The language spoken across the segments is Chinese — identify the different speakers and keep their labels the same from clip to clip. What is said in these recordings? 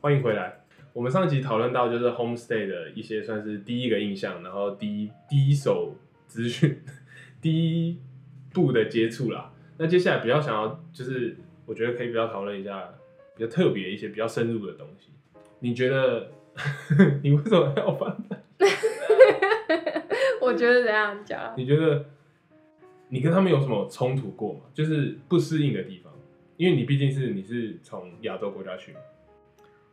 Speaker 1: 欢迎回来。我们上集讨论到就是 homestay 的一些算是第一个印象，然后第一第一手资讯， 第一步的接触啦。那接下来比较想要就是，我觉得可以比较讨论一下比较特别一些、比较深入的东西。你觉得 你为什么要翻？
Speaker 2: 我觉得怎样讲？
Speaker 1: 你觉得你跟他们有什么冲突过吗？就是不适应的地方，因为你毕竟是你是从亚洲国家去嘛，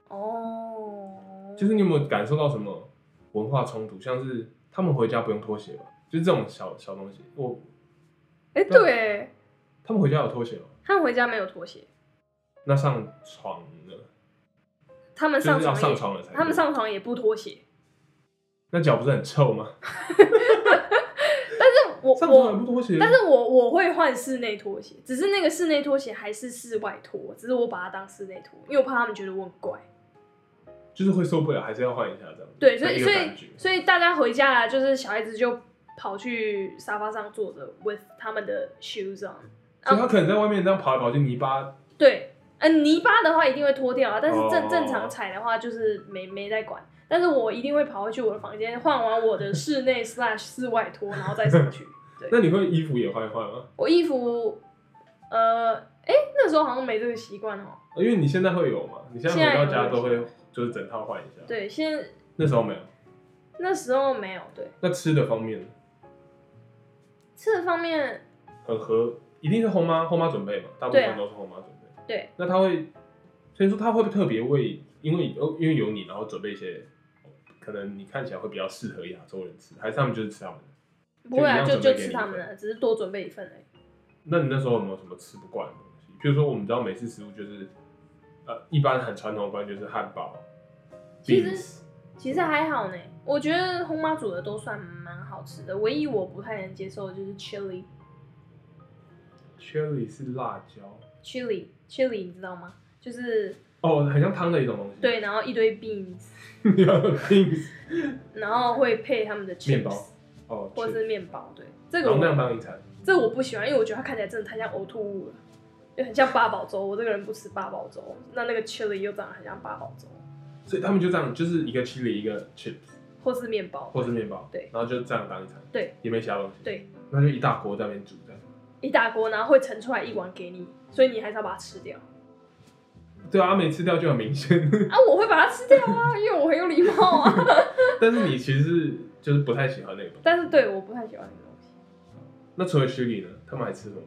Speaker 2: 哦，
Speaker 1: 就是你有没有感受到什么文化冲突？像是他们回家不用拖鞋吧，就是这种小小东西。我
Speaker 2: 哎、对，
Speaker 1: 他们回家有拖鞋吗？
Speaker 2: 他们回家没有拖鞋，
Speaker 1: 那上床呢？
Speaker 2: 他们
Speaker 1: 就
Speaker 2: 上
Speaker 1: 是要
Speaker 2: 床
Speaker 1: 上
Speaker 2: 也
Speaker 1: 床了才。
Speaker 2: 他们，上床也不拖鞋。
Speaker 1: 那脚不是很臭吗？
Speaker 2: 我
Speaker 1: 上床也
Speaker 2: 我，
Speaker 1: 不拖鞋，
Speaker 2: 但是我我会换室内拖鞋，只是那个室内拖鞋还是室外拖，只是我把它当室内拖，因为我怕他们觉得我很怪。
Speaker 1: 就是会受不了，还是要换一下这样。
Speaker 2: 对，所以
Speaker 1: 一个
Speaker 2: 所
Speaker 1: 感
Speaker 2: 以
Speaker 1: 觉
Speaker 2: 所以大家回家了，就是小孩子就跑去沙发上坐着，with 他们的 shoes on。
Speaker 1: 所以他可能在外面这样跑来跑去，泥巴
Speaker 2: 对，嗯、泥巴的话一定会脱掉啊，但是正、
Speaker 1: 哦
Speaker 2: 正常踩的话就是没没在管。但是我一定会跑回去我的房间，换完我的室内 slash 室外拖，然后再上 去。对
Speaker 1: 那你会衣服也换一换吗？
Speaker 2: 我衣服，呃，哎、那时候好像没这个习惯哦。
Speaker 1: 呃因为你现在会有嘛？你现在回到家都会就是整套换一下。
Speaker 2: 对，先
Speaker 1: 那时候没有。
Speaker 2: 那时候没有。对，
Speaker 1: 那吃的方面
Speaker 2: 吃的方面，
Speaker 1: 很合，一定是后妈后妈准备嘛，大部
Speaker 2: 对啊
Speaker 1: 分都是后妈准备。
Speaker 2: 对，
Speaker 1: 那他会，所以说他会不会特别为因为哦因为有你，然后准备一些可能你看起来会比较适合亚洲人吃，还是他们就是吃他们的？
Speaker 2: 不会啊，
Speaker 1: 一样
Speaker 2: 就
Speaker 1: 准备
Speaker 2: 就
Speaker 1: 给
Speaker 2: 吃
Speaker 1: 你
Speaker 2: 他们的，只是多准备一份而已。
Speaker 1: 那你那时候有没有什么吃不惯的东西？比如说我们知道美式食物就是，呃，一般很传统的观念就是汉堡，
Speaker 2: 其实
Speaker 1: beans
Speaker 2: 其实还好呢，我觉得红妈煮的都算蛮好吃的，唯一我不太能接受的就是 chili
Speaker 1: chili 是辣椒
Speaker 2: chili chili，你知道吗？就是
Speaker 1: 哦，很像汤的一种东西。
Speaker 2: 对，然后一堆 beans，
Speaker 1: 你要 beans
Speaker 2: 然后会配他们的 chips
Speaker 1: 面包哦，
Speaker 2: 或是面包，对，这个
Speaker 1: 然后那样
Speaker 2: 我
Speaker 1: 当一餐。
Speaker 2: 这个我不喜欢，因为我觉得它看起来真的太像呕吐物了，就很像八宝粥。我这个人不吃八宝粥，那那个 chili 又长得很像八宝粥，
Speaker 1: 所以他们就这样，就是一个 chili 一个 chips
Speaker 2: 或是面包，
Speaker 1: 或是面包，
Speaker 2: 对
Speaker 1: 然后就这样当一餐，
Speaker 2: 对，
Speaker 1: 也没其他东西，
Speaker 2: 对，
Speaker 1: 那就一大锅在那边煮这样，
Speaker 2: 一大锅，然后会盛出来一碗给你，所以你还是要把它吃掉。
Speaker 1: 对啊，没吃掉就很明显，
Speaker 2: 啊，我会把它吃掉啊，因为我很有礼貌啊。
Speaker 1: 但是你其实是就是不太喜欢那个东西。
Speaker 2: 但是对，我不太喜欢那个东西。
Speaker 1: 那除了 chili 呢，他们还吃什么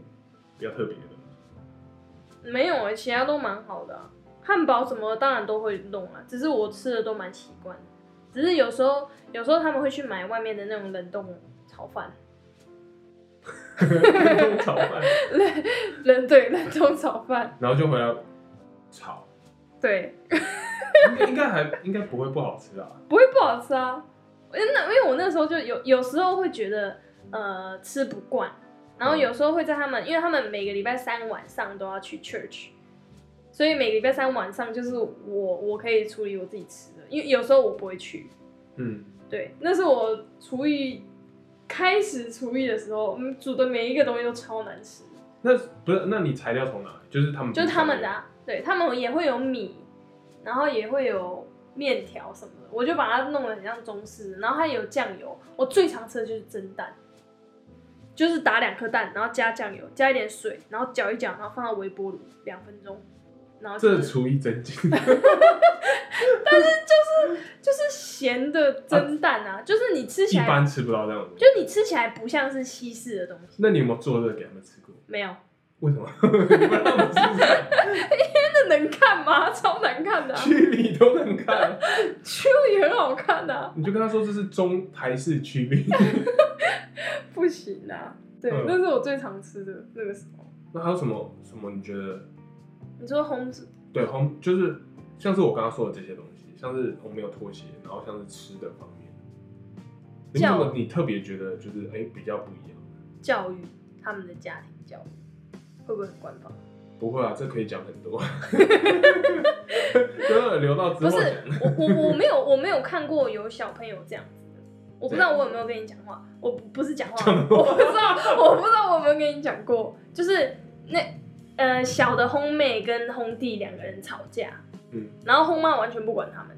Speaker 1: 比较特别的东西？
Speaker 2: 没有哎、其他都蛮好的啊、汉堡什么的当然都会弄啊，只是我吃的都蛮习惯的。只是有时候，有时候他们会去买外面的那种冷冻炒饭，
Speaker 1: 炒饭，
Speaker 2: 冷冷对冷冻炒饭，
Speaker 1: 然后就回来炒，
Speaker 2: 对，
Speaker 1: 应该应该还应该不会不好吃啊。
Speaker 2: 不会不好吃啊。因为那因为我那时候就有有时候会觉得呃吃不惯，然后有时候会在他们，因为他们每个礼拜三晚上都要去 church，所以每个礼拜三晚上就是我我可以处理我自己吃的，因为有时候我不会去，
Speaker 1: 嗯，
Speaker 2: 对，那是我厨艺开始厨艺的时候，嗯，煮的每一个东西都超难吃，
Speaker 1: 那不是那你材料从哪里？就是他们
Speaker 2: 就是他们的、啊，
Speaker 1: 嗯
Speaker 2: 对他们也会有米，然后也会有面条什么的，我就把它弄得很像中式，然后它也有酱油，我最常吃的就是蒸蛋，就是打两颗蛋，然后加酱油，加一点水，然后搅一搅，然后放到微波炉两分钟，然后就
Speaker 1: 这
Speaker 2: 是
Speaker 1: 厨艺真精，
Speaker 2: 就是咸的蒸蛋啊，就是你吃起
Speaker 1: 一
Speaker 2: 来，
Speaker 1: 般吃不到这样子。
Speaker 2: 就你吃起来不像是西式的东西，
Speaker 1: 那你有没有做这个给他们吃过？
Speaker 2: 没有。
Speaker 1: 为什么？ 你不让他们吃这个？
Speaker 2: 这 能看吗？超难看的、啊，
Speaker 1: 区里都能看，
Speaker 2: 秋也很好看的、啊，
Speaker 1: 你就跟他说这是中台式区里，
Speaker 2: 不行啊。对，
Speaker 1: 嗯
Speaker 2: 那是我最常吃的那个时候。
Speaker 1: 那还有什么什么？你觉得
Speaker 2: 你说红子，
Speaker 1: 对红就是像是我刚刚说的这些东西，像是我没有拖鞋，然后像是吃的方面，有没有什么
Speaker 2: 叫
Speaker 1: 你特别觉得就是哎、比较不一样？
Speaker 2: 教育他们的家庭教育，会不会很官方？
Speaker 1: 不会啊，这可以讲很多， 等会留到之
Speaker 2: 不
Speaker 1: 后
Speaker 2: 是
Speaker 1: 讲。，
Speaker 2: 我我我没有我没有看过有小朋友这样子的，我不知道我有没有跟你讲话，我不不是讲话，
Speaker 1: 讲话
Speaker 2: 我不知道我不知道我有没有跟你讲过，就是那呃小的烘妹跟烘弟两个人吵架，
Speaker 1: 嗯，
Speaker 2: 然后后妈完全不管他们，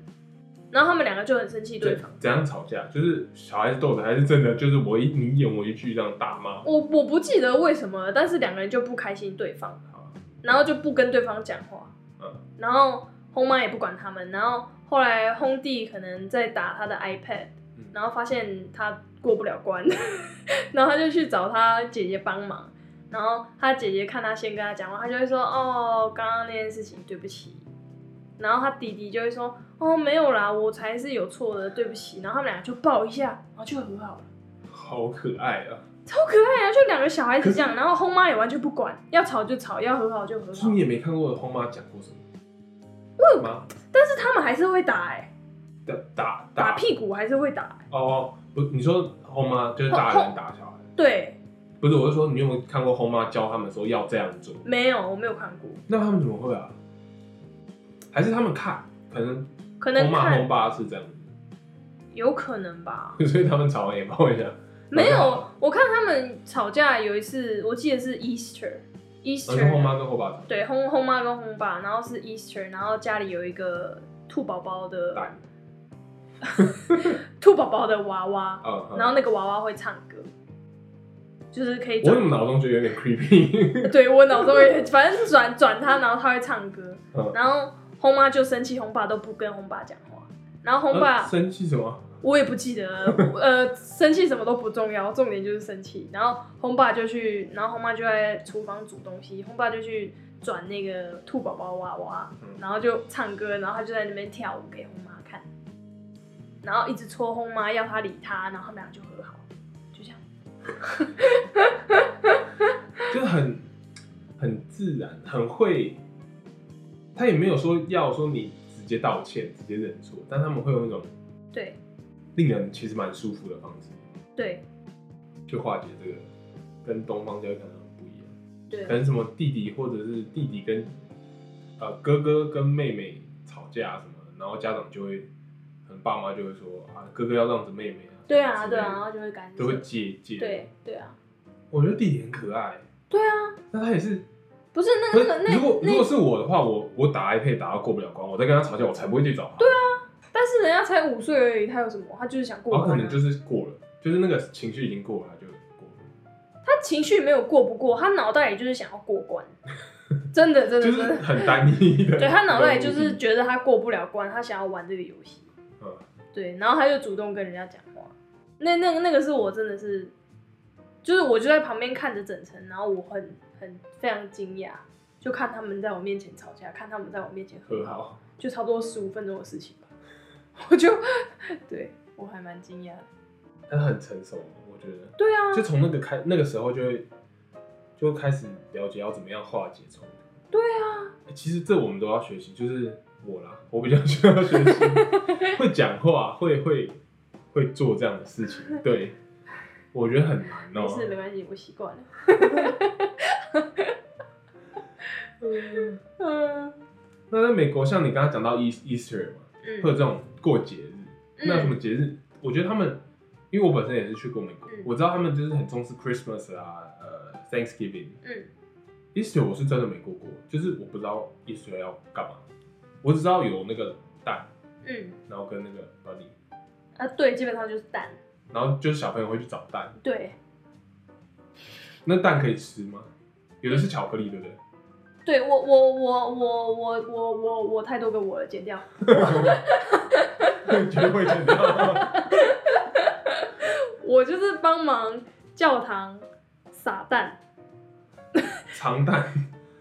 Speaker 2: 然后他们两个就很生气对
Speaker 1: 对
Speaker 2: 方。，
Speaker 1: 怎样吵架？就是小孩子斗的，还是真的？就是我一你一言我一句这样大骂。
Speaker 2: 我我不记得为什么了，但是两个人就不开心对方，
Speaker 1: 好，
Speaker 2: 然后就不跟对方讲话，
Speaker 1: 嗯
Speaker 2: 然后轰妈也不管他们，然后后来轰弟可能在打他的 iPad，
Speaker 1: 嗯
Speaker 2: 然后发现他过不了关， 然后他就去找他姐姐帮忙，然后他姐姐看他先跟他讲话，他就会说哦，刚刚那件事情对不起，然后他弟弟就会说哦没有啦，我才是有错的，对不起，然后他们俩就抱一下，然后就和好了。
Speaker 1: 好可爱啊！
Speaker 2: 超可爱啊！就两个小孩子这样，然后轰妈也完全不管，要吵就吵，要和好就和
Speaker 1: 是
Speaker 2: 好
Speaker 1: 你。也没看过红妈讲过什么？
Speaker 2: 嗯
Speaker 1: 妈
Speaker 2: 但是他们还是会打哎、
Speaker 1: 打打
Speaker 2: 打屁股还是会打、欸。
Speaker 1: 哦，不，你说红妈就是大人打小孩，
Speaker 2: 对，
Speaker 1: 不是？我是说你有没有看过红妈教他们说要这样做？
Speaker 2: 没有，我没有看过，
Speaker 1: 那他们怎么会啊？还是他们看？可能
Speaker 2: 可能
Speaker 1: 红妈红
Speaker 2: 看
Speaker 1: 爸是这样
Speaker 2: 有可能吧。
Speaker 1: 子，所以他们吵完也抱一下，
Speaker 2: 没有，我看他们吵架有一次，我记得是 Easter
Speaker 1: 然后哦是
Speaker 2: Easter，
Speaker 1: 红妈跟红爸
Speaker 2: 对，轰轰妈跟轰爸，然后是 Easter，然后家里有一个兔宝宝的
Speaker 1: 打，
Speaker 2: 兔宝宝的娃娃，
Speaker 1: 嗯，嗯
Speaker 2: 然后那个娃娃会唱歌，就是可以
Speaker 1: 我
Speaker 2: 找
Speaker 1: 怎么脑中觉得有点 creepy？
Speaker 2: 对我脑中也，反正转转他，然后他会唱歌，
Speaker 1: 嗯
Speaker 2: 然后红妈就生气，红爸都不跟红爸讲话，然 后
Speaker 1: 呃
Speaker 2: 红爸
Speaker 1: 生气什么？
Speaker 2: 我也不记得了，呃，生气什么都不重要，重点就是生气。然后红爸就去，然后红妈就在厨房煮东西，红爸就去转那个兔宝宝娃娃
Speaker 1: 嗯，
Speaker 2: 然后就唱歌，然后他就在那边跳舞给红妈看，然后一直戳红妈要她理他，然后他们俩就和好，就这样。
Speaker 1: 就是很很自然，很会。他也没有说要说你直接道歉，直接认错，但他们会用一种
Speaker 2: 对
Speaker 1: 令人其实蛮舒服的方式
Speaker 2: 对
Speaker 1: 去化解这个，跟东方教育可能不一样。
Speaker 2: 对
Speaker 1: 可，能什么弟弟或者是弟弟跟呃哥哥跟妹妹吵架什么的，然后家长就会，可能爸妈就会说啊，哥哥要让着妹妹啊，
Speaker 2: 对
Speaker 1: 之
Speaker 2: 啊
Speaker 1: 类
Speaker 2: 对
Speaker 1: 的
Speaker 2: 啊，然后就会干涉
Speaker 1: 都会借借。，
Speaker 2: 对对啊，
Speaker 1: 我觉得弟弟很可爱。
Speaker 2: 对啊，
Speaker 1: 那他也是，
Speaker 2: 不是那
Speaker 1: 不
Speaker 2: 个
Speaker 1: 是
Speaker 2: 那个
Speaker 1: 如果
Speaker 2: 那
Speaker 1: 如果
Speaker 2: 那，
Speaker 1: 是我的话，我我打 iPad 打到过不了关，我在跟他吵架，我才不会去找他。对啊，
Speaker 2: 但是人家才五岁而已，他有什么？他就是想过
Speaker 1: 我哦可
Speaker 2: 关、啊
Speaker 1: 能，就是过了，就是那个情绪已经过了，他就过了。
Speaker 2: 他情绪没有过不过，他脑袋里就是想要过关， 真的真的
Speaker 1: 就
Speaker 2: 真
Speaker 1: 是
Speaker 2: 的，
Speaker 1: 很单一的。
Speaker 2: 对他脑袋里就是，觉得他过不了关，他想要玩这个游戏，
Speaker 1: 嗯，
Speaker 2: 对，然后他就主动跟人家讲话，那那个那个是我真的是，就是我就在旁边看着整层，然后我很很非常惊讶，就看他们在我面前吵架，看他们在我面前
Speaker 1: 和好。
Speaker 2: 就差不多十五分钟的事情吧。 我就对我还蛮惊讶的。
Speaker 1: 他很成熟，我觉得。
Speaker 2: 对啊，
Speaker 1: 就从那个开那个时候就会就开始了解要怎么样化解冲突。
Speaker 2: 对啊，
Speaker 1: 欸其实这我们都要学习，就是我啦，我比较需要学 习，会讲话，会会会做这样的事情。对， 我觉得很难哦、
Speaker 2: 没事没关系，我习惯了。嗯
Speaker 1: 那在美国，像你刚刚讲到 Eas- Easter 嘛，会有
Speaker 2: 嗯
Speaker 1: 这种过节日，那有什
Speaker 2: 嗯
Speaker 1: 么节日？我觉得他们，因为我本身也是去过美国
Speaker 2: 嗯，
Speaker 1: 我知道他们就是很重视 Christmas 啊，呃，Thanksgiving。
Speaker 2: 嗯
Speaker 1: Easter 我是真的没过过，就是我不知道 Easter 要干嘛，我只知道有那个蛋，
Speaker 2: 嗯
Speaker 1: 然后跟那个 bunny，
Speaker 2: 啊，对，基本上就是蛋。
Speaker 1: 然后就是小朋友会去找蛋，
Speaker 2: 对
Speaker 1: 那蛋可以吃吗？有的是巧克力，对不对？
Speaker 2: 对，我我我我我我我我太多个我了，剪掉。
Speaker 1: 绝对会捡到。
Speaker 2: 我就是帮忙教堂撒蛋，
Speaker 1: 长蛋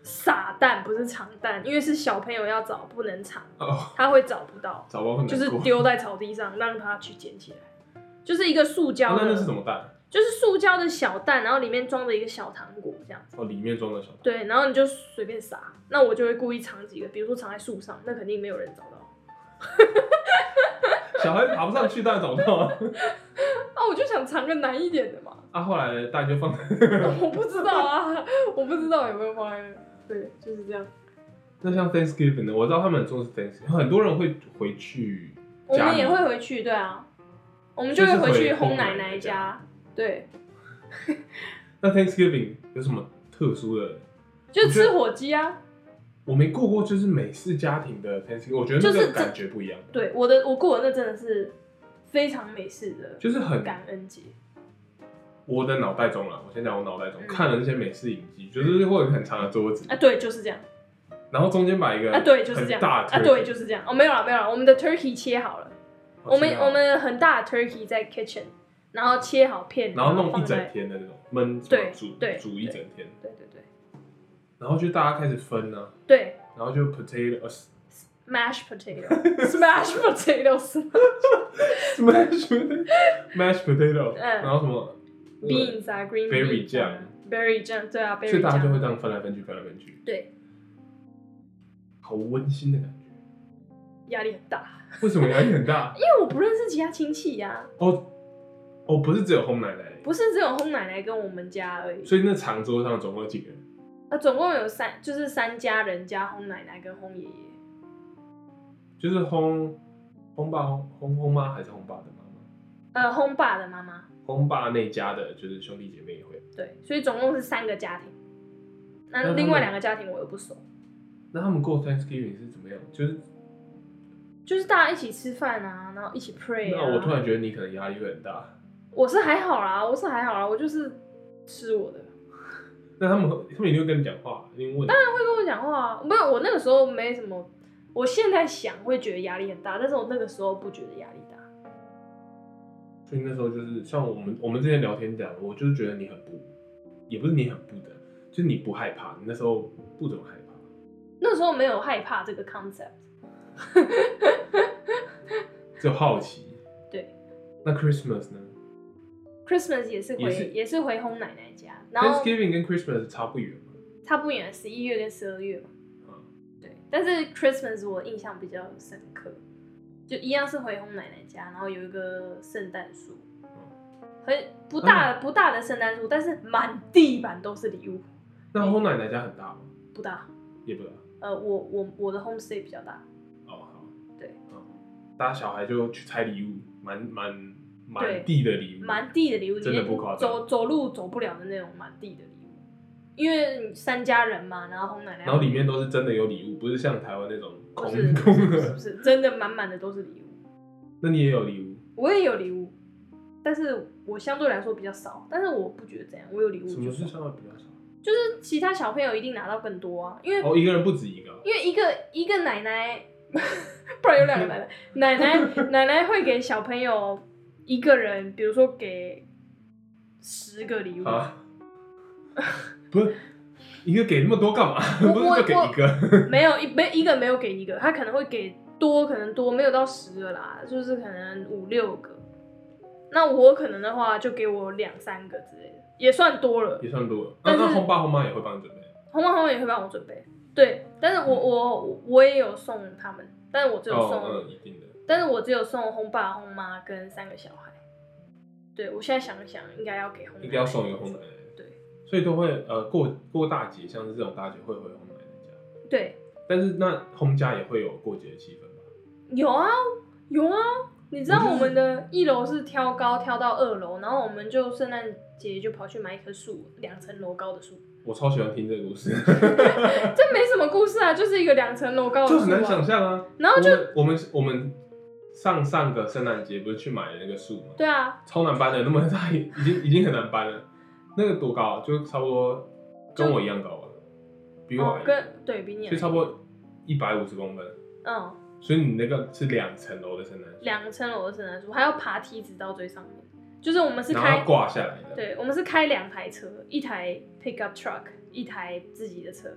Speaker 2: 撒蛋不是长蛋，因为是小朋友要找，不能藏，
Speaker 1: 哦，
Speaker 2: 他会找不到。
Speaker 1: 找不到很
Speaker 2: 就
Speaker 1: 难
Speaker 2: 是
Speaker 1: 过。哦
Speaker 2: 丢在草地上，让它去捡起来，就是一个塑胶
Speaker 1: 啊
Speaker 2: 的，
Speaker 1: 那那是什么蛋？
Speaker 2: 就是塑胶的小蛋，然后里面装着一个小糖果这样子。
Speaker 1: 哦，里面装的小蛋。
Speaker 2: 对，然后你就随便撒，那我就会故意藏几个，比如说藏在树上，那肯定没有人找到。
Speaker 1: 小孩爬不上去，蛋找不到。
Speaker 2: 啊，我就想藏个难一点的 嘛，
Speaker 1: 啊，后来蛋就放在，
Speaker 2: 我不知道啊，我不知道有没有放在那。对，就是这样。
Speaker 1: 那像 Thanksgiving 呢？我知道他们很重视 Thanksgiving，很多人会回去
Speaker 2: 我
Speaker 1: 家
Speaker 2: 们
Speaker 1: 里
Speaker 2: 也会回去，对啊，我们就会
Speaker 1: 就是回
Speaker 2: 去
Speaker 1: 轰
Speaker 2: 轰奶
Speaker 1: 奶奶
Speaker 2: 奶
Speaker 1: 家
Speaker 2: 家，对，
Speaker 1: 那 Thanksgiving 有什么特殊的？
Speaker 2: 就
Speaker 1: 我觉得
Speaker 2: 吃火鸡啊，
Speaker 1: 我没过过，就是美式家庭的 Thanksgiving，我觉得那
Speaker 2: 就是
Speaker 1: 个
Speaker 2: 这
Speaker 1: 感觉不一样，
Speaker 2: 对，我的我过的那真的是非常美式的
Speaker 1: 就是很
Speaker 2: 感恩节，
Speaker 1: 我的脑袋中了。我先讲我脑袋中
Speaker 2: 嗯
Speaker 1: 看了那些美式影集，就是会有很长的桌子，
Speaker 2: 啊，对，就是这样，
Speaker 1: 然后中间摆一个
Speaker 2: 啊，对，就是
Speaker 1: 很
Speaker 2: 这样，
Speaker 1: 大的
Speaker 2: 啊，对，就是这样。哦，没有了，没有了，我们的 turkey 切好了，
Speaker 1: 哦
Speaker 2: 我们我，们很大的 turkey 在 kitchen，然后切好片，
Speaker 1: 然后弄
Speaker 2: 放
Speaker 1: 一整
Speaker 2: 在，
Speaker 1: 天的那种焖
Speaker 2: 对
Speaker 1: 煮
Speaker 2: 对
Speaker 1: 煮一整天，
Speaker 2: 对对对
Speaker 1: 然后就大家开始分呢，
Speaker 2: 对
Speaker 1: 然后就 potato 呃 什
Speaker 2: ，mash potato，smash potato，beans
Speaker 1: 么 mash potato，
Speaker 2: 嗯
Speaker 1: 然后什么那个
Speaker 2: 啊，green
Speaker 1: berry
Speaker 2: beans
Speaker 1: 酱
Speaker 2: 啊，berry 酱，对啊
Speaker 1: 所
Speaker 2: ，berry
Speaker 1: 以大家就会这
Speaker 2: 酱，
Speaker 1: 样翻来翻去，翻来翻去，
Speaker 2: 对，
Speaker 1: 好温馨的感觉。
Speaker 2: 压力很大，
Speaker 1: 为什么压力很大？
Speaker 2: 因为我不认识其他亲戚呀，
Speaker 1: 哦哦，不是只有红奶奶，
Speaker 2: 不是只有轰奶奶跟我们家而已，
Speaker 1: 所以那长桌上总共有几个人？
Speaker 2: 啊，总共有三，就是三家人加轰奶奶跟轰爷爷，
Speaker 1: 就是烘烘爸、烘烘烘妈还是烘爸的妈妈？
Speaker 2: 呃，轰爸的妈妈，
Speaker 1: 烘爸那家的就是兄弟姐妹也会。
Speaker 2: 对，所以总共是三个家庭，
Speaker 1: 那他
Speaker 2: 那
Speaker 1: 们
Speaker 2: 另外两个家庭我又不熟。
Speaker 1: 那他们过 Thanksgiving 是怎么样？就是
Speaker 2: 就是大家一起吃饭啊，然后一起 pray 啊。
Speaker 1: 那我突然觉得你可能压力会很大。
Speaker 2: 我是还好啦，我是还好啦，我就是吃我的。
Speaker 1: 那他们会他们一定会跟你讲话，一定问你。当然
Speaker 2: 他会跟我讲话啊，没有，我那个时候没什么。我现在想会觉得压力很大，但是我那个时候不觉得压力大。
Speaker 1: 所以那时候就是像我们我们之前聊天讲，我就是觉得你很不，也不是你很不的，就是你不害怕，你那时候不怎么害怕。
Speaker 2: 那时候没有害怕这个 concept。
Speaker 1: 只有好奇。
Speaker 2: 对。
Speaker 1: 那 Christmas 呢
Speaker 2: Christmas 也是回
Speaker 1: 也是
Speaker 2: 也是回轰奶奶家，然后
Speaker 1: ？Thanksgiving 跟 Christmas 差不远嘛。
Speaker 2: 差不远十一月跟十二月嘛。
Speaker 1: 嗯
Speaker 2: 对，但是 Christmas 我印象比较深刻，就一样是回红奶奶家，然后有一个圣诞树，
Speaker 1: 嗯
Speaker 2: 很不大、不大的圣诞树，但是满地板都是礼物，
Speaker 1: 那后奶奶家很大吗？
Speaker 2: 不大。
Speaker 1: 也不大。
Speaker 2: 呃，我我我的 homestay 比较大，
Speaker 1: 哦，好。
Speaker 2: 对。
Speaker 1: 嗯，大家小孩就去拆礼物，满满
Speaker 2: 对
Speaker 1: 满地的礼物。
Speaker 2: 满地的礼物，
Speaker 1: 嗯真的不夸张
Speaker 2: 走走路走不了的那种满地的礼物，因为你三家人嘛，然后红奶奶，
Speaker 1: 然后里面都是真的有礼物，不是像台湾那种
Speaker 2: 不
Speaker 1: 空
Speaker 2: 是不
Speaker 1: 空
Speaker 2: 是不是不
Speaker 1: 的。
Speaker 2: 是真的满满的都是礼物，
Speaker 1: 那你也有礼物？
Speaker 2: 我也有礼物，但是我相对来说比较少，但是我不觉得这样，我有礼物
Speaker 1: 什么
Speaker 2: 就是爽
Speaker 1: 相对比较少？
Speaker 2: 就是其他小朋友一定拿到更多啊，因为、
Speaker 1: 哦，一个人不止一个。
Speaker 2: 因为一个一个奶奶， 不然有两个 奶奶，奶奶奶奶会给小朋友一个人，比如说给十个礼物。
Speaker 1: 啊？不是，一个给那么多干嘛？
Speaker 2: 我
Speaker 1: 不是就给一个？
Speaker 2: 没有一没一个没有给一个，他可能会给多，可能多没有到十个啦，就是可能五六个。那我可能的话就给我两三个之类的，也算多了。
Speaker 1: 也算多了。那
Speaker 2: 但是
Speaker 1: 那红爸红妈也会帮你准备。
Speaker 2: 红妈红妈也会帮我准备，对，但是我我我也有送他们，但是我只有送、
Speaker 1: 哦，嗯，一定的。
Speaker 2: 但是我只有送轰爸、轰妈跟三个小孩。对我现在想一想，应该要给轰，
Speaker 1: 应该要送一个红奶奶。
Speaker 2: 对，
Speaker 1: 所以都会呃过过大节，像是这种大节会回红奶奶家，
Speaker 2: 对，
Speaker 1: 但是那轰家也会有过节的气氛吧？
Speaker 2: 有啊，有啊。你知道
Speaker 1: 我就是
Speaker 2: 我们的一楼是挑高挑到二楼，然后我们就圣诞节就跑去买一棵树，两层楼高 的树。
Speaker 1: 我超喜欢听这个故 事，
Speaker 2: 这没什么故事啊，就是一个两层楼高的树、
Speaker 1: 就
Speaker 2: 啊。
Speaker 1: 很难想象啊。
Speaker 2: 然后就
Speaker 1: 我们我们我们上上个圣诞节不是去买那个树吗？
Speaker 2: 对啊，
Speaker 1: 超难搬的，那么大已经已经很难搬了。那个多高啊？就差不多跟我一样高吧，啊比我
Speaker 2: 哦
Speaker 1: 矮，一点，
Speaker 2: 跟对比你
Speaker 1: 所以差不多一百五十公分。
Speaker 2: 嗯
Speaker 1: 所以你那个是两层楼的圣诞树，
Speaker 2: 两层楼的圣诞树，还要爬梯子到最上面。就是我们是
Speaker 1: 然后
Speaker 2: 开
Speaker 1: 它挂下来的。
Speaker 2: 对，我们是开两台车，一台 pickup truck，一台自己的车，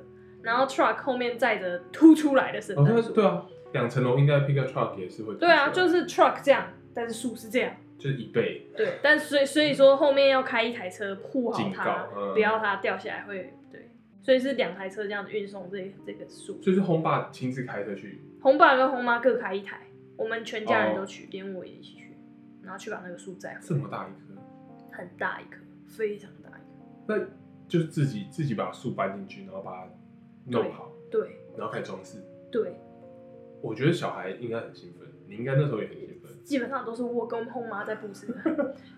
Speaker 2: 然后 truck 后面载着凸出来的圣
Speaker 1: 哦，
Speaker 2: 诞
Speaker 1: 那
Speaker 2: 树。
Speaker 1: 对啊，两层楼应该 pick up truck 也是会。
Speaker 2: 对啊，就是 truck 这样，但是树是这样。
Speaker 1: 就是一倍，
Speaker 2: 对，但所以所以说后面要开一台车护好
Speaker 1: 警
Speaker 2: 它
Speaker 1: 告，嗯
Speaker 2: 不要它掉下来会对，所以是两台车这样子运送这这个树。
Speaker 1: 就是轰爸亲自开车去，
Speaker 2: 红爸跟红妈各开一台，我们全家人
Speaker 1: 哦
Speaker 2: 都去，连我也一起去，然后去把那个树摘回
Speaker 1: 这
Speaker 2: 来，
Speaker 1: 么大一棵，
Speaker 2: 很大一棵，非常大一棵。
Speaker 1: 那就是自己自己把树搬进去，然后把它弄好，
Speaker 2: 对
Speaker 1: 然后开始装饰。
Speaker 2: 对，
Speaker 1: 我觉得小孩应该很兴奋，你应该那时候也很 兴奋。
Speaker 2: 基本上都是我 跟红妈在布置，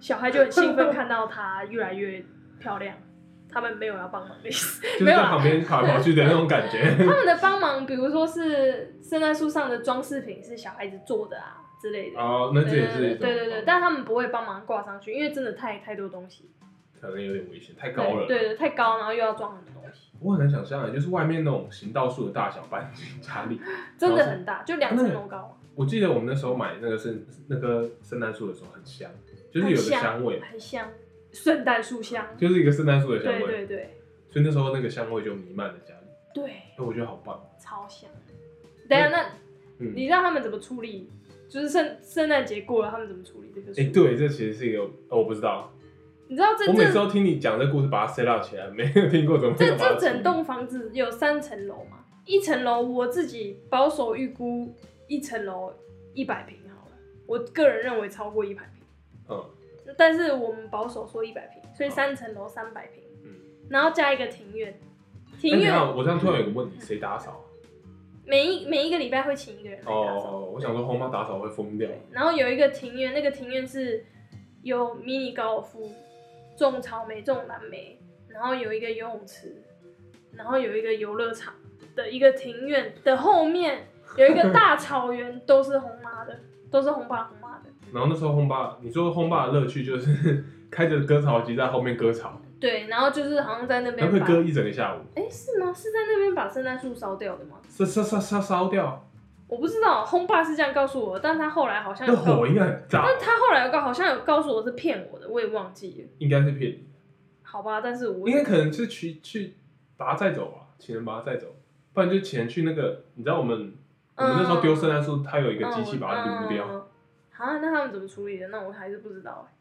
Speaker 2: 小孩就很兴奋看到它越来越漂亮，他们没有要帮忙的意 思。
Speaker 1: 就是
Speaker 2: 没有
Speaker 1: 在
Speaker 2: 啦
Speaker 1: 旁边跑来跑去的那种感觉。
Speaker 2: 他们的帮忙，比如说是圣诞树上的装饰品是小孩子做的啊之类 的。
Speaker 1: 哦，那这
Speaker 2: 对
Speaker 1: 也
Speaker 2: 对
Speaker 1: 是一
Speaker 2: 对
Speaker 1: 种
Speaker 2: 对对对，但他们不会帮忙挂上去，因为真的太太多东西，
Speaker 1: 可能有点危险，太高
Speaker 2: 对
Speaker 1: 了。
Speaker 2: 对对，太高，然后又要装很多东西，
Speaker 1: 我很难想象，欸就是外面那种行道树的大小搬进家里。
Speaker 2: 真的很大，就两层楼高，
Speaker 1: 我记得我们那时候买那个圣那个圣诞树的时候很香，就是有个香味，
Speaker 2: 很香，圣诞树香，
Speaker 1: 就是一个圣诞树的香味，
Speaker 2: 对对对
Speaker 1: 所以那时候那个香味就弥漫了家里。
Speaker 2: 对，
Speaker 1: 哎，我觉得好棒。
Speaker 2: 超香。等一下，那
Speaker 1: 嗯，
Speaker 2: 你让他们怎么处理？就是圣圣诞节过了，他们怎么处理这个树？
Speaker 1: 哎，对，这其实是一个、哦我不知道，
Speaker 2: 你知道这
Speaker 1: 我每次
Speaker 2: 这
Speaker 1: 都听你讲这故事，把它 set up 起来，没有听过怎么会
Speaker 2: 这
Speaker 1: 把它
Speaker 2: 这整
Speaker 1: 处理
Speaker 2: 栋房子有三层楼嘛？一层楼我自己保守预估，一层楼一百平好了，我个人认为超过一百平，
Speaker 1: 嗯
Speaker 2: 但是我们保守说一百平，所以三层楼三百平，
Speaker 1: 嗯。
Speaker 2: 然后加一个庭院，
Speaker 1: 那
Speaker 2: 庭
Speaker 1: 你
Speaker 2: 院
Speaker 1: 看，我这样突然有个问题，谁打扫
Speaker 2: 每一每一个礼拜会请一个人来
Speaker 1: 啊？
Speaker 2: 打扫。
Speaker 1: 哦，我想说后妈打扫会疯掉。
Speaker 2: 然后有一个庭院，那个庭院是有迷你高尔夫，种草莓、种蓝莓，然后有一个游泳池，然后有一个游乐场的一个庭院的后面有一个大草原，都是红妈的， 都是红爸红妈的。
Speaker 1: 然后那时候轰爸，你说轰爸的乐趣就是开着割草机在后面割草，
Speaker 2: 对，然后就是好像在那
Speaker 1: 然
Speaker 2: 边
Speaker 1: 后会
Speaker 2: 把，
Speaker 1: 割一整个下午，
Speaker 2: 哎，是吗？是在那边把圣诞树烧掉的吗？
Speaker 1: 烧烧烧烧烧掉，
Speaker 2: 我不知道，轰爸是这样告诉我，但他后来好像有
Speaker 1: 那
Speaker 2: 告
Speaker 1: 火，应该很大，
Speaker 2: 但他后来有告，好像有告诉我是骗我的，我也忘记了。
Speaker 1: 应该是骗你，
Speaker 2: 好吧，但是我
Speaker 1: 应该可能是去去把它载走吧，请人把它载走，不然就请人去那个，你知道我们我们那时候丢圣诞树，它有一个机器把它撸
Speaker 2: 嗯
Speaker 1: 掉，
Speaker 2: 啊，那他们怎么处理的？那我还是不知道哎、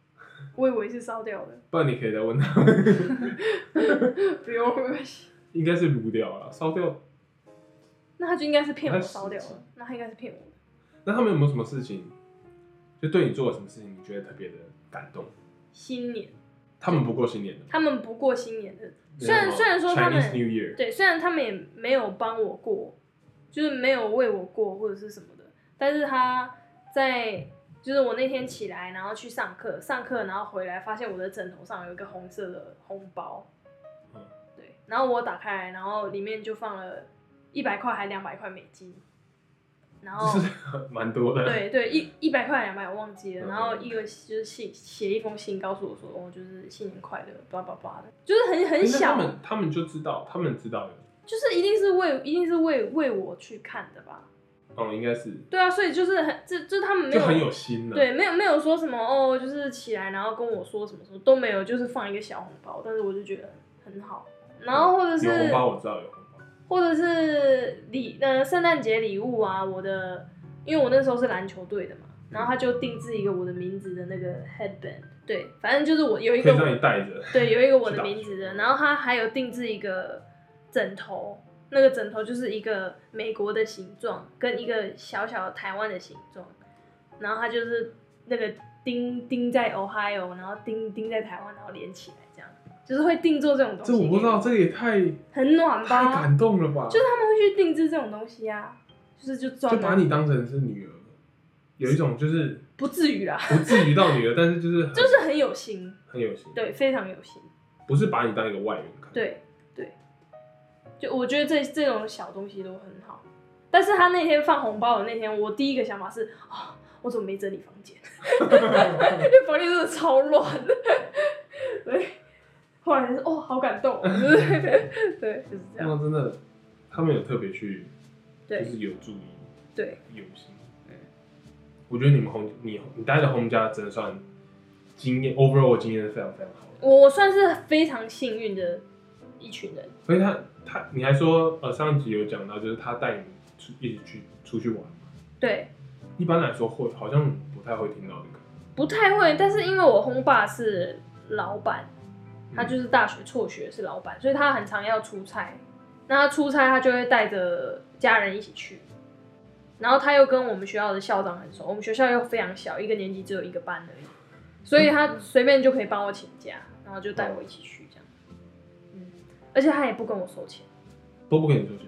Speaker 2: 我以为是烧掉的，
Speaker 1: 不然你可以再问他们，
Speaker 2: 不用没关系。
Speaker 1: 应该是撸掉了，烧掉。
Speaker 2: 那他就应该是骗我烧掉
Speaker 1: 那是
Speaker 2: 了，那他应该是骗我的。
Speaker 1: 那他们有没有什么事情，就对你做了什么事情，你觉得特别的感动？
Speaker 2: 新年，
Speaker 1: 他们不过新年的，
Speaker 2: 他们不过新年的，虽然虽然说他们
Speaker 1: Chinese New Year，
Speaker 2: 对，虽然他们也没有帮我过，就是没有为我过或者是什么的，但是他在就是我那天起来，然后去上课，上课然后回来，发现我的枕头上有一个红色的红包，
Speaker 1: 嗯
Speaker 2: 对，然后我打开来，然后里面就放了一百块还两百块美金，然后
Speaker 1: 就是蛮多的。
Speaker 2: 哦对对一一百块两百我忘记了，
Speaker 1: 嗯
Speaker 2: 然后一个就是信写一封信告诉我说，哦，就是新年快乐，叭叭叭的，就是很
Speaker 1: 诶，
Speaker 2: 很
Speaker 1: 那
Speaker 2: 小啊
Speaker 1: 他，们他们就知道，他们知道有，
Speaker 2: 就是一定是为一定是为为我去看的吧？
Speaker 1: 哦，应该是
Speaker 2: 对啊，所以就是很这这他们没
Speaker 1: 就
Speaker 2: 有
Speaker 1: 很有心呢、，
Speaker 2: 对没有没有说什么哦，就是起来然后跟我说什么什么都没有，就是放一个小红包，但是我就觉得很好。然后或者是
Speaker 1: 有红包我知道有红包，
Speaker 2: 或者是礼呃圣诞节礼物啊，我的，因为我那时候是篮球队的嘛，然后他就定制一个我的名字的那个 headband，对，反正就是我有一
Speaker 1: 可
Speaker 2: 个
Speaker 1: 以让你带着。
Speaker 2: 对有一个我
Speaker 1: 去
Speaker 2: 的
Speaker 1: 打
Speaker 2: 名字
Speaker 1: 球
Speaker 2: 的，然后他还有定制一个枕头，那个枕头就是一个美国的形状跟一个小小的台湾的形状，然后他就是那个钉钉在 Ohio，然后钉钉在台湾，然后连起来这样，就是会定做这种东西，
Speaker 1: 这我不知道，，这个也太
Speaker 2: 很暖
Speaker 1: 太
Speaker 2: 吧？
Speaker 1: 感动了吧？
Speaker 2: 就是他们会去定制这种东西啊，就是就专
Speaker 1: 就
Speaker 2: 门
Speaker 1: 把你当成是女儿，有一种就是
Speaker 2: 不至于啦，
Speaker 1: 不至于到女儿，但是就是很
Speaker 2: 就是很有心，
Speaker 1: 很有心，，
Speaker 2: 对，非常有心，
Speaker 1: 不是把你当一个外人看，，
Speaker 2: 对对，就我觉得这这种小东西都很好。但是他那天放红包的那天，我第一个想法是啊、我怎么没整理房间？ 因为房间真的超乱，对。后来就是哦，好感动哦， 就是对，就是这样，
Speaker 1: 那真的他们有特别去，就
Speaker 2: 对
Speaker 1: 是有注意
Speaker 2: 对，
Speaker 1: 有心，
Speaker 2: 嗯
Speaker 1: 我觉得你们红你你待在红家真的算经验 overall 经验是非常非常好的。
Speaker 2: 我算是非常幸运的一群人。
Speaker 1: 所以他他你还说呃上一集有讲到，就是他带你出一起去出去玩嘛
Speaker 2: 对，
Speaker 1: 一般来说会好像不太会听到这个，
Speaker 2: 不太会，但是因为我轰爸是老板，他
Speaker 1: 嗯
Speaker 2: 就是大学辍学是老板，所以他很常要出差。那他出差，他就会带着家人一起去。然后他又跟我们学校的校长很熟，我们学校又非常小，一个年级只有一个班而已，所以
Speaker 1: 嗯
Speaker 2: 他随便就可以帮我请假，然后就带我一起去这样。嗯，而且他也不跟我收钱，
Speaker 1: 都不跟你出去，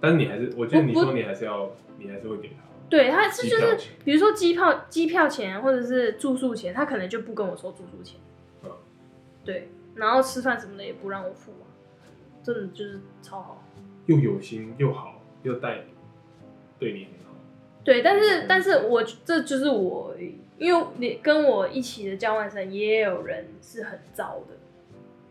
Speaker 1: 但是你还是我记得
Speaker 2: 不
Speaker 1: 你
Speaker 2: 不
Speaker 1: 说你还是要你还是会给他
Speaker 2: 对，他是
Speaker 1: 机
Speaker 2: 就
Speaker 1: 票
Speaker 2: 是
Speaker 1: 钱，
Speaker 2: 比如说机啊票、机票钱或者是住宿钱，他可能就不跟我收住宿钱。
Speaker 1: 嗯
Speaker 2: 对，然后吃饭什么的也不让我付啊，真的就是超好。
Speaker 1: 又有心又好，又带对你很好。
Speaker 2: 对，但是但是我这就是我，因为你跟我一起的交换生也有人是很糟的，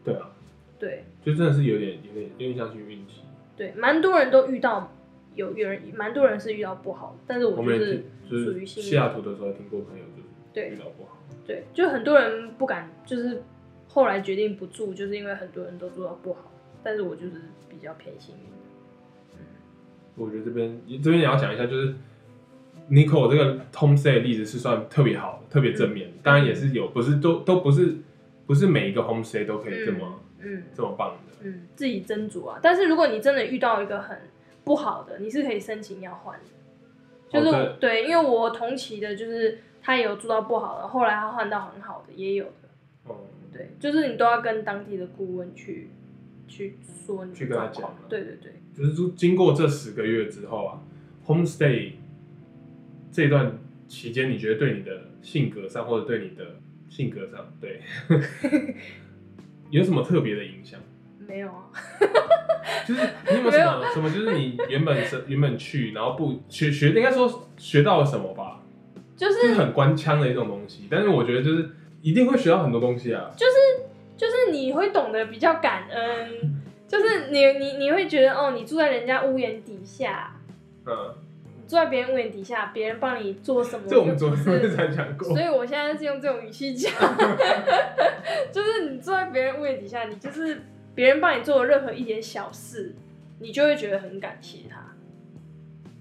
Speaker 1: 对啊，
Speaker 2: 对
Speaker 1: 就真的是有点有点有点像去运气。
Speaker 2: 对，蛮多人都遇到有有人蛮多人是遇到不好的，但是
Speaker 1: 我
Speaker 2: 我
Speaker 1: 们
Speaker 2: 就
Speaker 1: 也
Speaker 2: 是
Speaker 1: 听就
Speaker 2: 属于
Speaker 1: 是
Speaker 2: 幸运
Speaker 1: 西雅图的时候听过朋友就是
Speaker 2: 对
Speaker 1: 遇到不好，
Speaker 2: 对，就很多人不敢，就是后来决定不住，就是因为很多人都做到不好，但是我就是比较偏幸运。
Speaker 1: 我觉得这边这边也要讲一下，就是 Nico 这个 homestay 的例子是算特别好、特别正面，
Speaker 2: 嗯
Speaker 1: 当然也是有，不是都都不是不是每一个 homestay 都可以这么、
Speaker 2: 嗯
Speaker 1: 这么棒的。
Speaker 2: 嗯，自己斟酌啊。但是如果你真的遇到一个很不好的，你是可以申请要换的。就是、
Speaker 1: 哦对
Speaker 2: 对，因为我同期的，就是他也有做到不好的，后来他换到很好的，也有的。
Speaker 1: 哦，
Speaker 2: 对，就是你都要跟当地的顾问去去说你的
Speaker 1: 去跟他
Speaker 2: 状况
Speaker 1: 讲啊
Speaker 2: 对对对，
Speaker 1: 就是说经过这十个月之后啊，homestay 这段期间，你觉得对你的性格上，或者对你的性格上，对， 有什么特别的影响？
Speaker 2: 没有啊。
Speaker 1: 就是你有没有什么什么？就是你原本是 原本去，然后不学学，应该说学到了什么吧？
Speaker 2: 就是
Speaker 1: 就是很官腔的一种东西，但是我觉得就是一定会学到很多东西啊。
Speaker 2: 就是你会懂得比较感恩，就是你你你会觉得哦，你住在人家屋檐底下，
Speaker 1: 嗯，
Speaker 2: 你住在别人屋檐底下，别人帮你做什么，
Speaker 1: 这我们昨
Speaker 2: 就不
Speaker 1: 天
Speaker 2: 是
Speaker 1: 才讲过
Speaker 2: 所。以我现在是用这种语气讲， 就是你坐在别人屋檐底下，你就是别人帮你做的任何一点小事，你就会觉得很感谢他。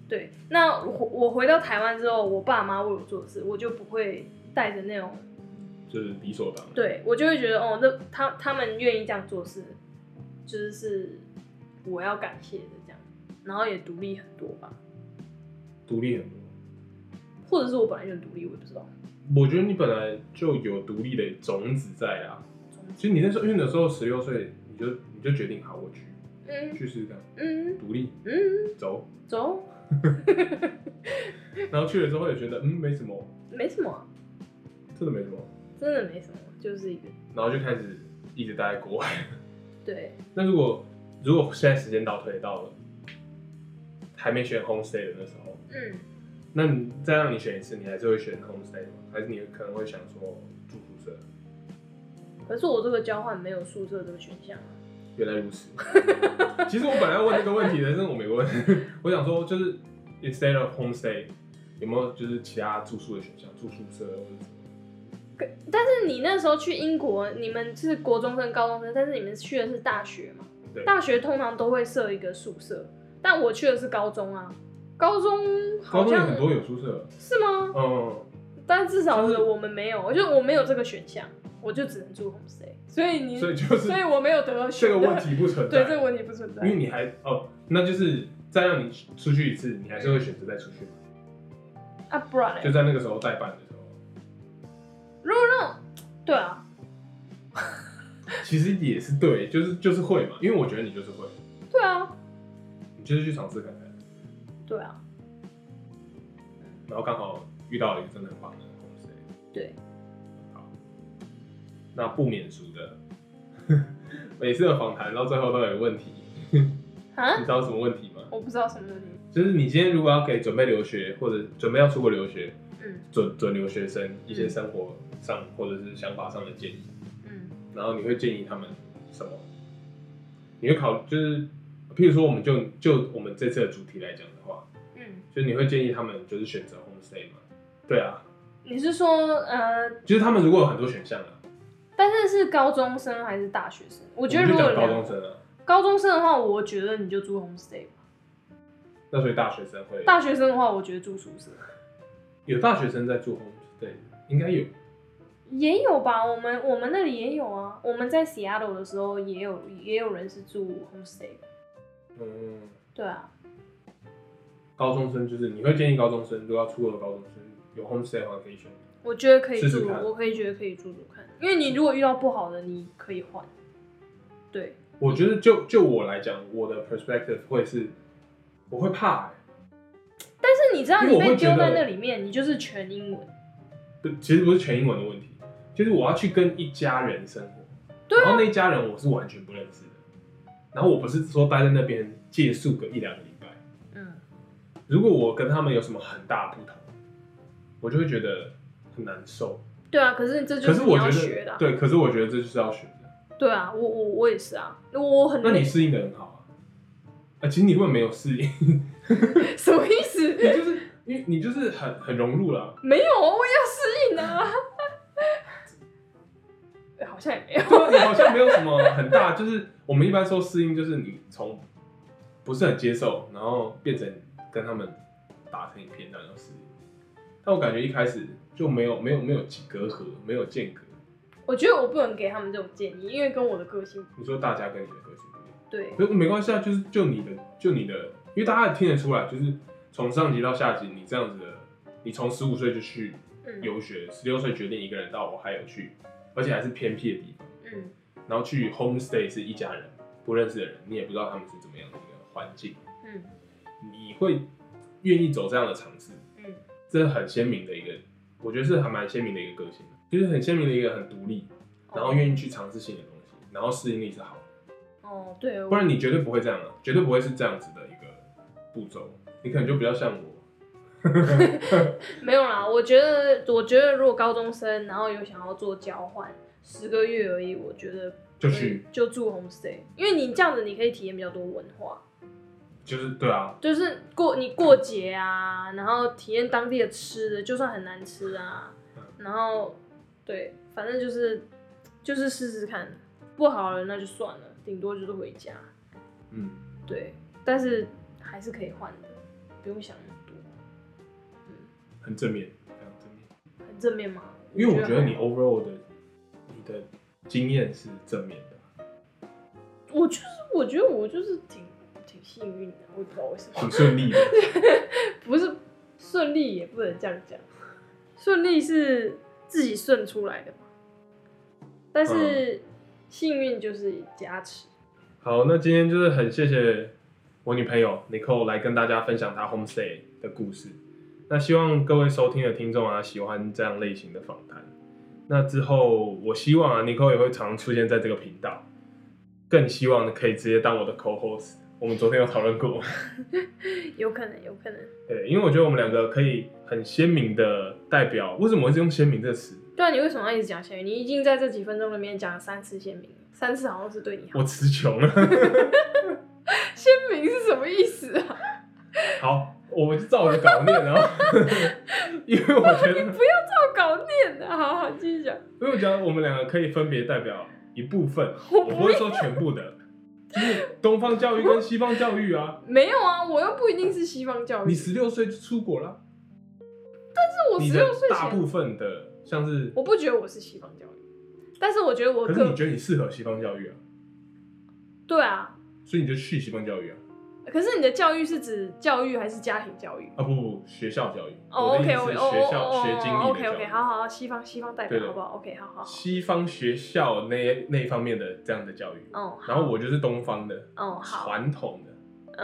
Speaker 2: 对，那我我回到台湾之后，我爸妈为我做的事，我就不会带着那种
Speaker 1: 就是理所当然。
Speaker 2: 对我就会觉得哦，那他他们愿意这样做是，就是是我要感谢的这样，然后也独立很多吧，
Speaker 1: 独立很多。
Speaker 2: 或者是我本来就很独立，我也不知道。
Speaker 1: 我觉得你本来就有独立的种子在啊。
Speaker 2: 总之
Speaker 1: 其实你那时候，因为那时候十六岁，你就你就决定好，我去
Speaker 2: 嗯
Speaker 1: 去试试看，
Speaker 2: 嗯
Speaker 1: 独立
Speaker 2: 嗯，
Speaker 1: 走。
Speaker 2: 走，
Speaker 1: 然后去了之后也觉得，嗯，没什么，
Speaker 2: 没什么啊，
Speaker 1: 真的没什么。
Speaker 2: 真的没什么，就是一个
Speaker 1: 然后就开始一直待在国外。
Speaker 2: 对，
Speaker 1: 那如果如果现在时间倒退到了还没选 homestay 的那时候，
Speaker 2: 嗯，
Speaker 1: 那你再让你选一次，你还是会选 homestay 吗？还是你可能会想说住宿舍？
Speaker 2: 可是我这个交换没有宿舍这个选项啊，
Speaker 1: 原来 如此。其实我本来要问这个问题的，但是我没问。我想说，就是 instead of homestay，有没有就是其他住宿的选项，住宿舍或者什么？
Speaker 2: 但是你那时候去英国，你们是国中生、高中生，但是你们去的是大学嘛？
Speaker 1: 对
Speaker 2: 大学通常都会设一个宿舍，但我去的是高中啊，高中
Speaker 1: 高
Speaker 2: 好
Speaker 1: 中有
Speaker 2: 像
Speaker 1: 很多有宿舍，
Speaker 2: 是吗？
Speaker 1: 嗯，
Speaker 2: 但至少
Speaker 1: 就是
Speaker 2: 我们没有，就我没有这个选项，我就只能住 homestay，所以你，
Speaker 1: 所以就是
Speaker 2: 所以我没有得
Speaker 1: 这
Speaker 2: 选
Speaker 1: 个问
Speaker 2: 的，
Speaker 1: 题不存
Speaker 2: 对
Speaker 1: 在。
Speaker 2: 这个问题不存在
Speaker 1: 因。为你还哦，那就是再让你出去一次，你还是会选择再出去吗，
Speaker 2: 啊，不然
Speaker 1: 就
Speaker 2: 嘞？
Speaker 1: 在那个时候代办的时候，
Speaker 2: 对啊，
Speaker 1: 其实也是对，就是就是会嘛，因为我觉得你就是会，
Speaker 2: 对啊，
Speaker 1: 你就是去尝试看看，
Speaker 2: 对啊，
Speaker 1: 然后刚好遇到了一个真的很棒的公司，
Speaker 2: 对，
Speaker 1: 好，那不免俗的， 每次的访谈到最后都有问题，你
Speaker 2: 啊，
Speaker 1: 知道什么问题吗？
Speaker 2: 我不知道什么问题。
Speaker 1: 就是你今天如果要给准备留学或者准备要出国留学
Speaker 2: 嗯
Speaker 1: 准准留学生一些生活上或者是想法上的建议。
Speaker 2: 嗯
Speaker 1: 然后你会建议他们什么？你会考就是，譬如说，我们就就我们这次的主题来讲的话，
Speaker 2: 嗯，
Speaker 1: 就是你会建议他们就是选择 homestay 吗？对啊，
Speaker 2: 你是说呃，
Speaker 1: 就是他们如果有很多选项啊，
Speaker 2: 但是是高中生还是大学生？我
Speaker 1: 我
Speaker 2: 觉得
Speaker 1: 们
Speaker 2: 如
Speaker 1: 就
Speaker 2: 果
Speaker 1: 讲高
Speaker 2: 有两
Speaker 1: 中生啊，
Speaker 2: 高中生的话，我觉得你就住 homestay 吧。
Speaker 1: 那所以大学生会
Speaker 2: 大学生的话，我觉得住宿舍
Speaker 1: 有大学生在住 homestay，应该有，
Speaker 2: 也有吧。我们我们那里也有啊。我们在 Seattle 的时候也有也有人是住 homestay 的。
Speaker 1: 嗯，
Speaker 2: 对啊，
Speaker 1: 高中生就是你会建议高中生如果要出国的高中生有 homestay 的话可以选，
Speaker 2: 我觉得可以住，
Speaker 1: 试试看
Speaker 2: 我可以觉得可以住住看，因为你如果遇到不好的，你可以换。对，
Speaker 1: 我觉得就就我来讲，我的 perspective 会是我会怕、欸，
Speaker 2: 但是你知道
Speaker 1: 因
Speaker 2: 你
Speaker 1: 为我
Speaker 2: 被
Speaker 1: 会
Speaker 2: 丢
Speaker 1: 觉得
Speaker 2: 在那里面，你就是全英文。
Speaker 1: 不其实不是全英文的问题，就是我要去跟一家人生活。
Speaker 2: 对啊
Speaker 1: 然后那一家人我是完全不认识的，然后我不是说待在那边借宿个一两个礼拜，
Speaker 2: 嗯，
Speaker 1: 如果我跟他们有什么很大的不同，我就会觉得很难受。
Speaker 2: 对啊，可是这就
Speaker 1: 可
Speaker 2: 是你
Speaker 1: 我觉
Speaker 2: 要
Speaker 1: 得
Speaker 2: 学的啊、
Speaker 1: 对，可是我觉得这就是要学的。
Speaker 2: 对啊，我我我也是啊，我很
Speaker 1: 那你适应的很好啊，啊，其实你根本没有适 应，
Speaker 2: 什么意 思？
Speaker 1: 你就是因为你就是很很融入了。
Speaker 2: 没有啊，我也要适应啊。 好像也没有，
Speaker 1: 对啊，你好像没有什么很大，就是我们一般说适应，就是你从不是很接受，然后变成跟他们打成一片，然后适应。但我感觉一开始就没有没有没有隔阂，没有间隔。
Speaker 2: 我觉得我不能给他们这种建议，因为跟我的个性
Speaker 1: 你说大家跟你的个性不一样。
Speaker 2: 对，
Speaker 1: 可是没关系啊，就是就你的，就你的，因为大家也听得出来，就是从上级到下级，你这样子的，你从十五岁就去
Speaker 2: 嗯
Speaker 1: 游学，十六岁决定一个人到我还有去，而且还是偏僻的地方，
Speaker 2: 嗯
Speaker 1: 然后去 homestay 是一家人不认识的人，你也不知道他们是怎么样的一个环境，
Speaker 2: 嗯
Speaker 1: 你会愿意走这样的尝试，
Speaker 2: 嗯
Speaker 1: 这是很鲜明的一个，我觉得是还蛮鲜明的一个个性的，就是很鲜明的一个很独立，然后愿意去尝试新的东西，然后适应力是好的。
Speaker 2: 哦，对，
Speaker 1: 不
Speaker 2: 我
Speaker 1: 然你绝对不会这样啊，绝对不会是这样子的一个步骤，你可能就比较像我，
Speaker 2: 没有啦。我觉得，我觉得如果高中生，然后有想要做交换，十个月而已，我觉得
Speaker 1: 就
Speaker 2: 可以
Speaker 1: 去
Speaker 2: 就住 homestay，因为你这样子你可以体验比较多文化，
Speaker 1: 就是对啊，
Speaker 2: 就是过你过节啊，然后体验当地的吃的，就算很难吃啊，
Speaker 1: 嗯
Speaker 2: 然后对，反正就是就是试试看，不好了那就算了，顶多就是回家，
Speaker 1: 嗯，
Speaker 2: 对，但是还是可以换的，不用想那么多，
Speaker 1: 很正面，非常正面。
Speaker 2: 很正面吗？
Speaker 1: 因为我觉得你
Speaker 2: 还好
Speaker 1: overall 的你的经验是正面的，
Speaker 2: 我就是，我觉得我就是挺挺幸运的，我也不知道为什么
Speaker 1: 很，顺利的，
Speaker 2: 不是顺利也不能这样讲，顺利是自己顺出来的嘛，但
Speaker 1: 嗯
Speaker 2: 是幸运就是加持。
Speaker 1: 好，那今天就是很谢谢我女朋友 Nicole 来跟大家分享她 homestay 的故事。那希望各位收听的听众啊，喜欢这样类型的访谈。那之后，我希望啊，Nicole 也会常出现在这个频道，更希望可以直接当我的 co-host。我们昨天有讨论过，
Speaker 2: 有可能，有可能。
Speaker 1: 对，因为我觉得我们两个可以很鲜明的代表。为什么我一直用“鲜明”这个词？
Speaker 2: 对啊，你为什么要一直讲鲜明？你已经在这几分钟里面讲了三次鲜明了，三次好像是对你好
Speaker 1: 我。词穷了。
Speaker 2: 鲜明是什么意思啊？
Speaker 1: 好，我就照我的稿念，然后， 因为我觉得
Speaker 2: 你不要照稿念的，好好继续讲。
Speaker 1: 因为我觉得我们两个可以分别代表一部分，我不会说全部的，就是东方教育跟西方教育啊。
Speaker 2: 没有啊，我又不一定是西方教育。
Speaker 1: 你十六岁就出国了，
Speaker 2: 是我
Speaker 1: 你
Speaker 2: 十
Speaker 1: 的
Speaker 2: 六岁
Speaker 1: 大
Speaker 2: 前，
Speaker 1: 部分的像是，
Speaker 2: 我不觉得我是西方教育，但是我觉得我
Speaker 1: 可是
Speaker 2: 个
Speaker 1: 你觉得你适合西方教育啊，
Speaker 2: 对啊，
Speaker 1: 所以你就去西方教育啊。
Speaker 2: 可是你的教育是指教育还是家庭教育？
Speaker 1: 啊不不，不学校教育，我
Speaker 2: 哦、o
Speaker 1: 的
Speaker 2: k
Speaker 1: 意思
Speaker 2: 我
Speaker 1: 是
Speaker 2: 哦
Speaker 1: 学校
Speaker 2: 哦
Speaker 1: 学经
Speaker 2: 哦
Speaker 1: 历
Speaker 2: ，OK
Speaker 1: 的
Speaker 2: OK，
Speaker 1: 教育，
Speaker 2: 好好好，西方西方代
Speaker 1: 对
Speaker 2: 表
Speaker 1: 的
Speaker 2: 好不好？OK，好好好，
Speaker 1: 西方学校那那一方面的这样的教育，
Speaker 2: 哦好
Speaker 1: 然后我就是东方的
Speaker 2: 哦好，
Speaker 1: 传统的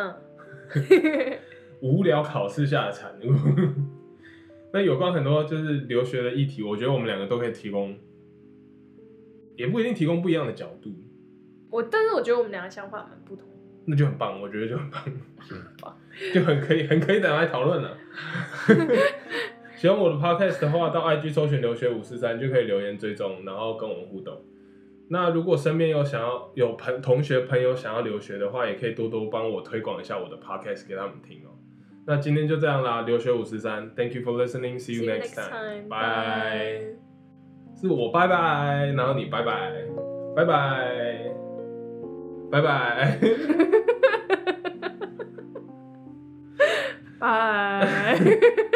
Speaker 2: 嗯，
Speaker 1: 无聊考试下的产物。 那有关很多就是留学的议题，我觉得我们两个都可以提供，也不一定提供不一样的角度，
Speaker 2: 我但是我觉得我们两个想法蛮不同。
Speaker 1: 那就很棒，我觉得就很棒， 就很可以，很可以拿来讨论 了。喜欢我的 podcast 的话，到 IG 搜寻留学五四三就可以留言追踪，然后跟我们互动。那如果身边有想要有朋同学朋友想要留学的话，也可以多多帮我推广一下我的 podcast 给他们听哦。那今天就这样啦，留学五十三，Thank you for listening. See you
Speaker 2: See you
Speaker 1: next
Speaker 2: next
Speaker 1: time.
Speaker 2: time.
Speaker 1: Bye. 是我拜拜，然后你拜拜，拜拜，拜拜。
Speaker 2: 拜。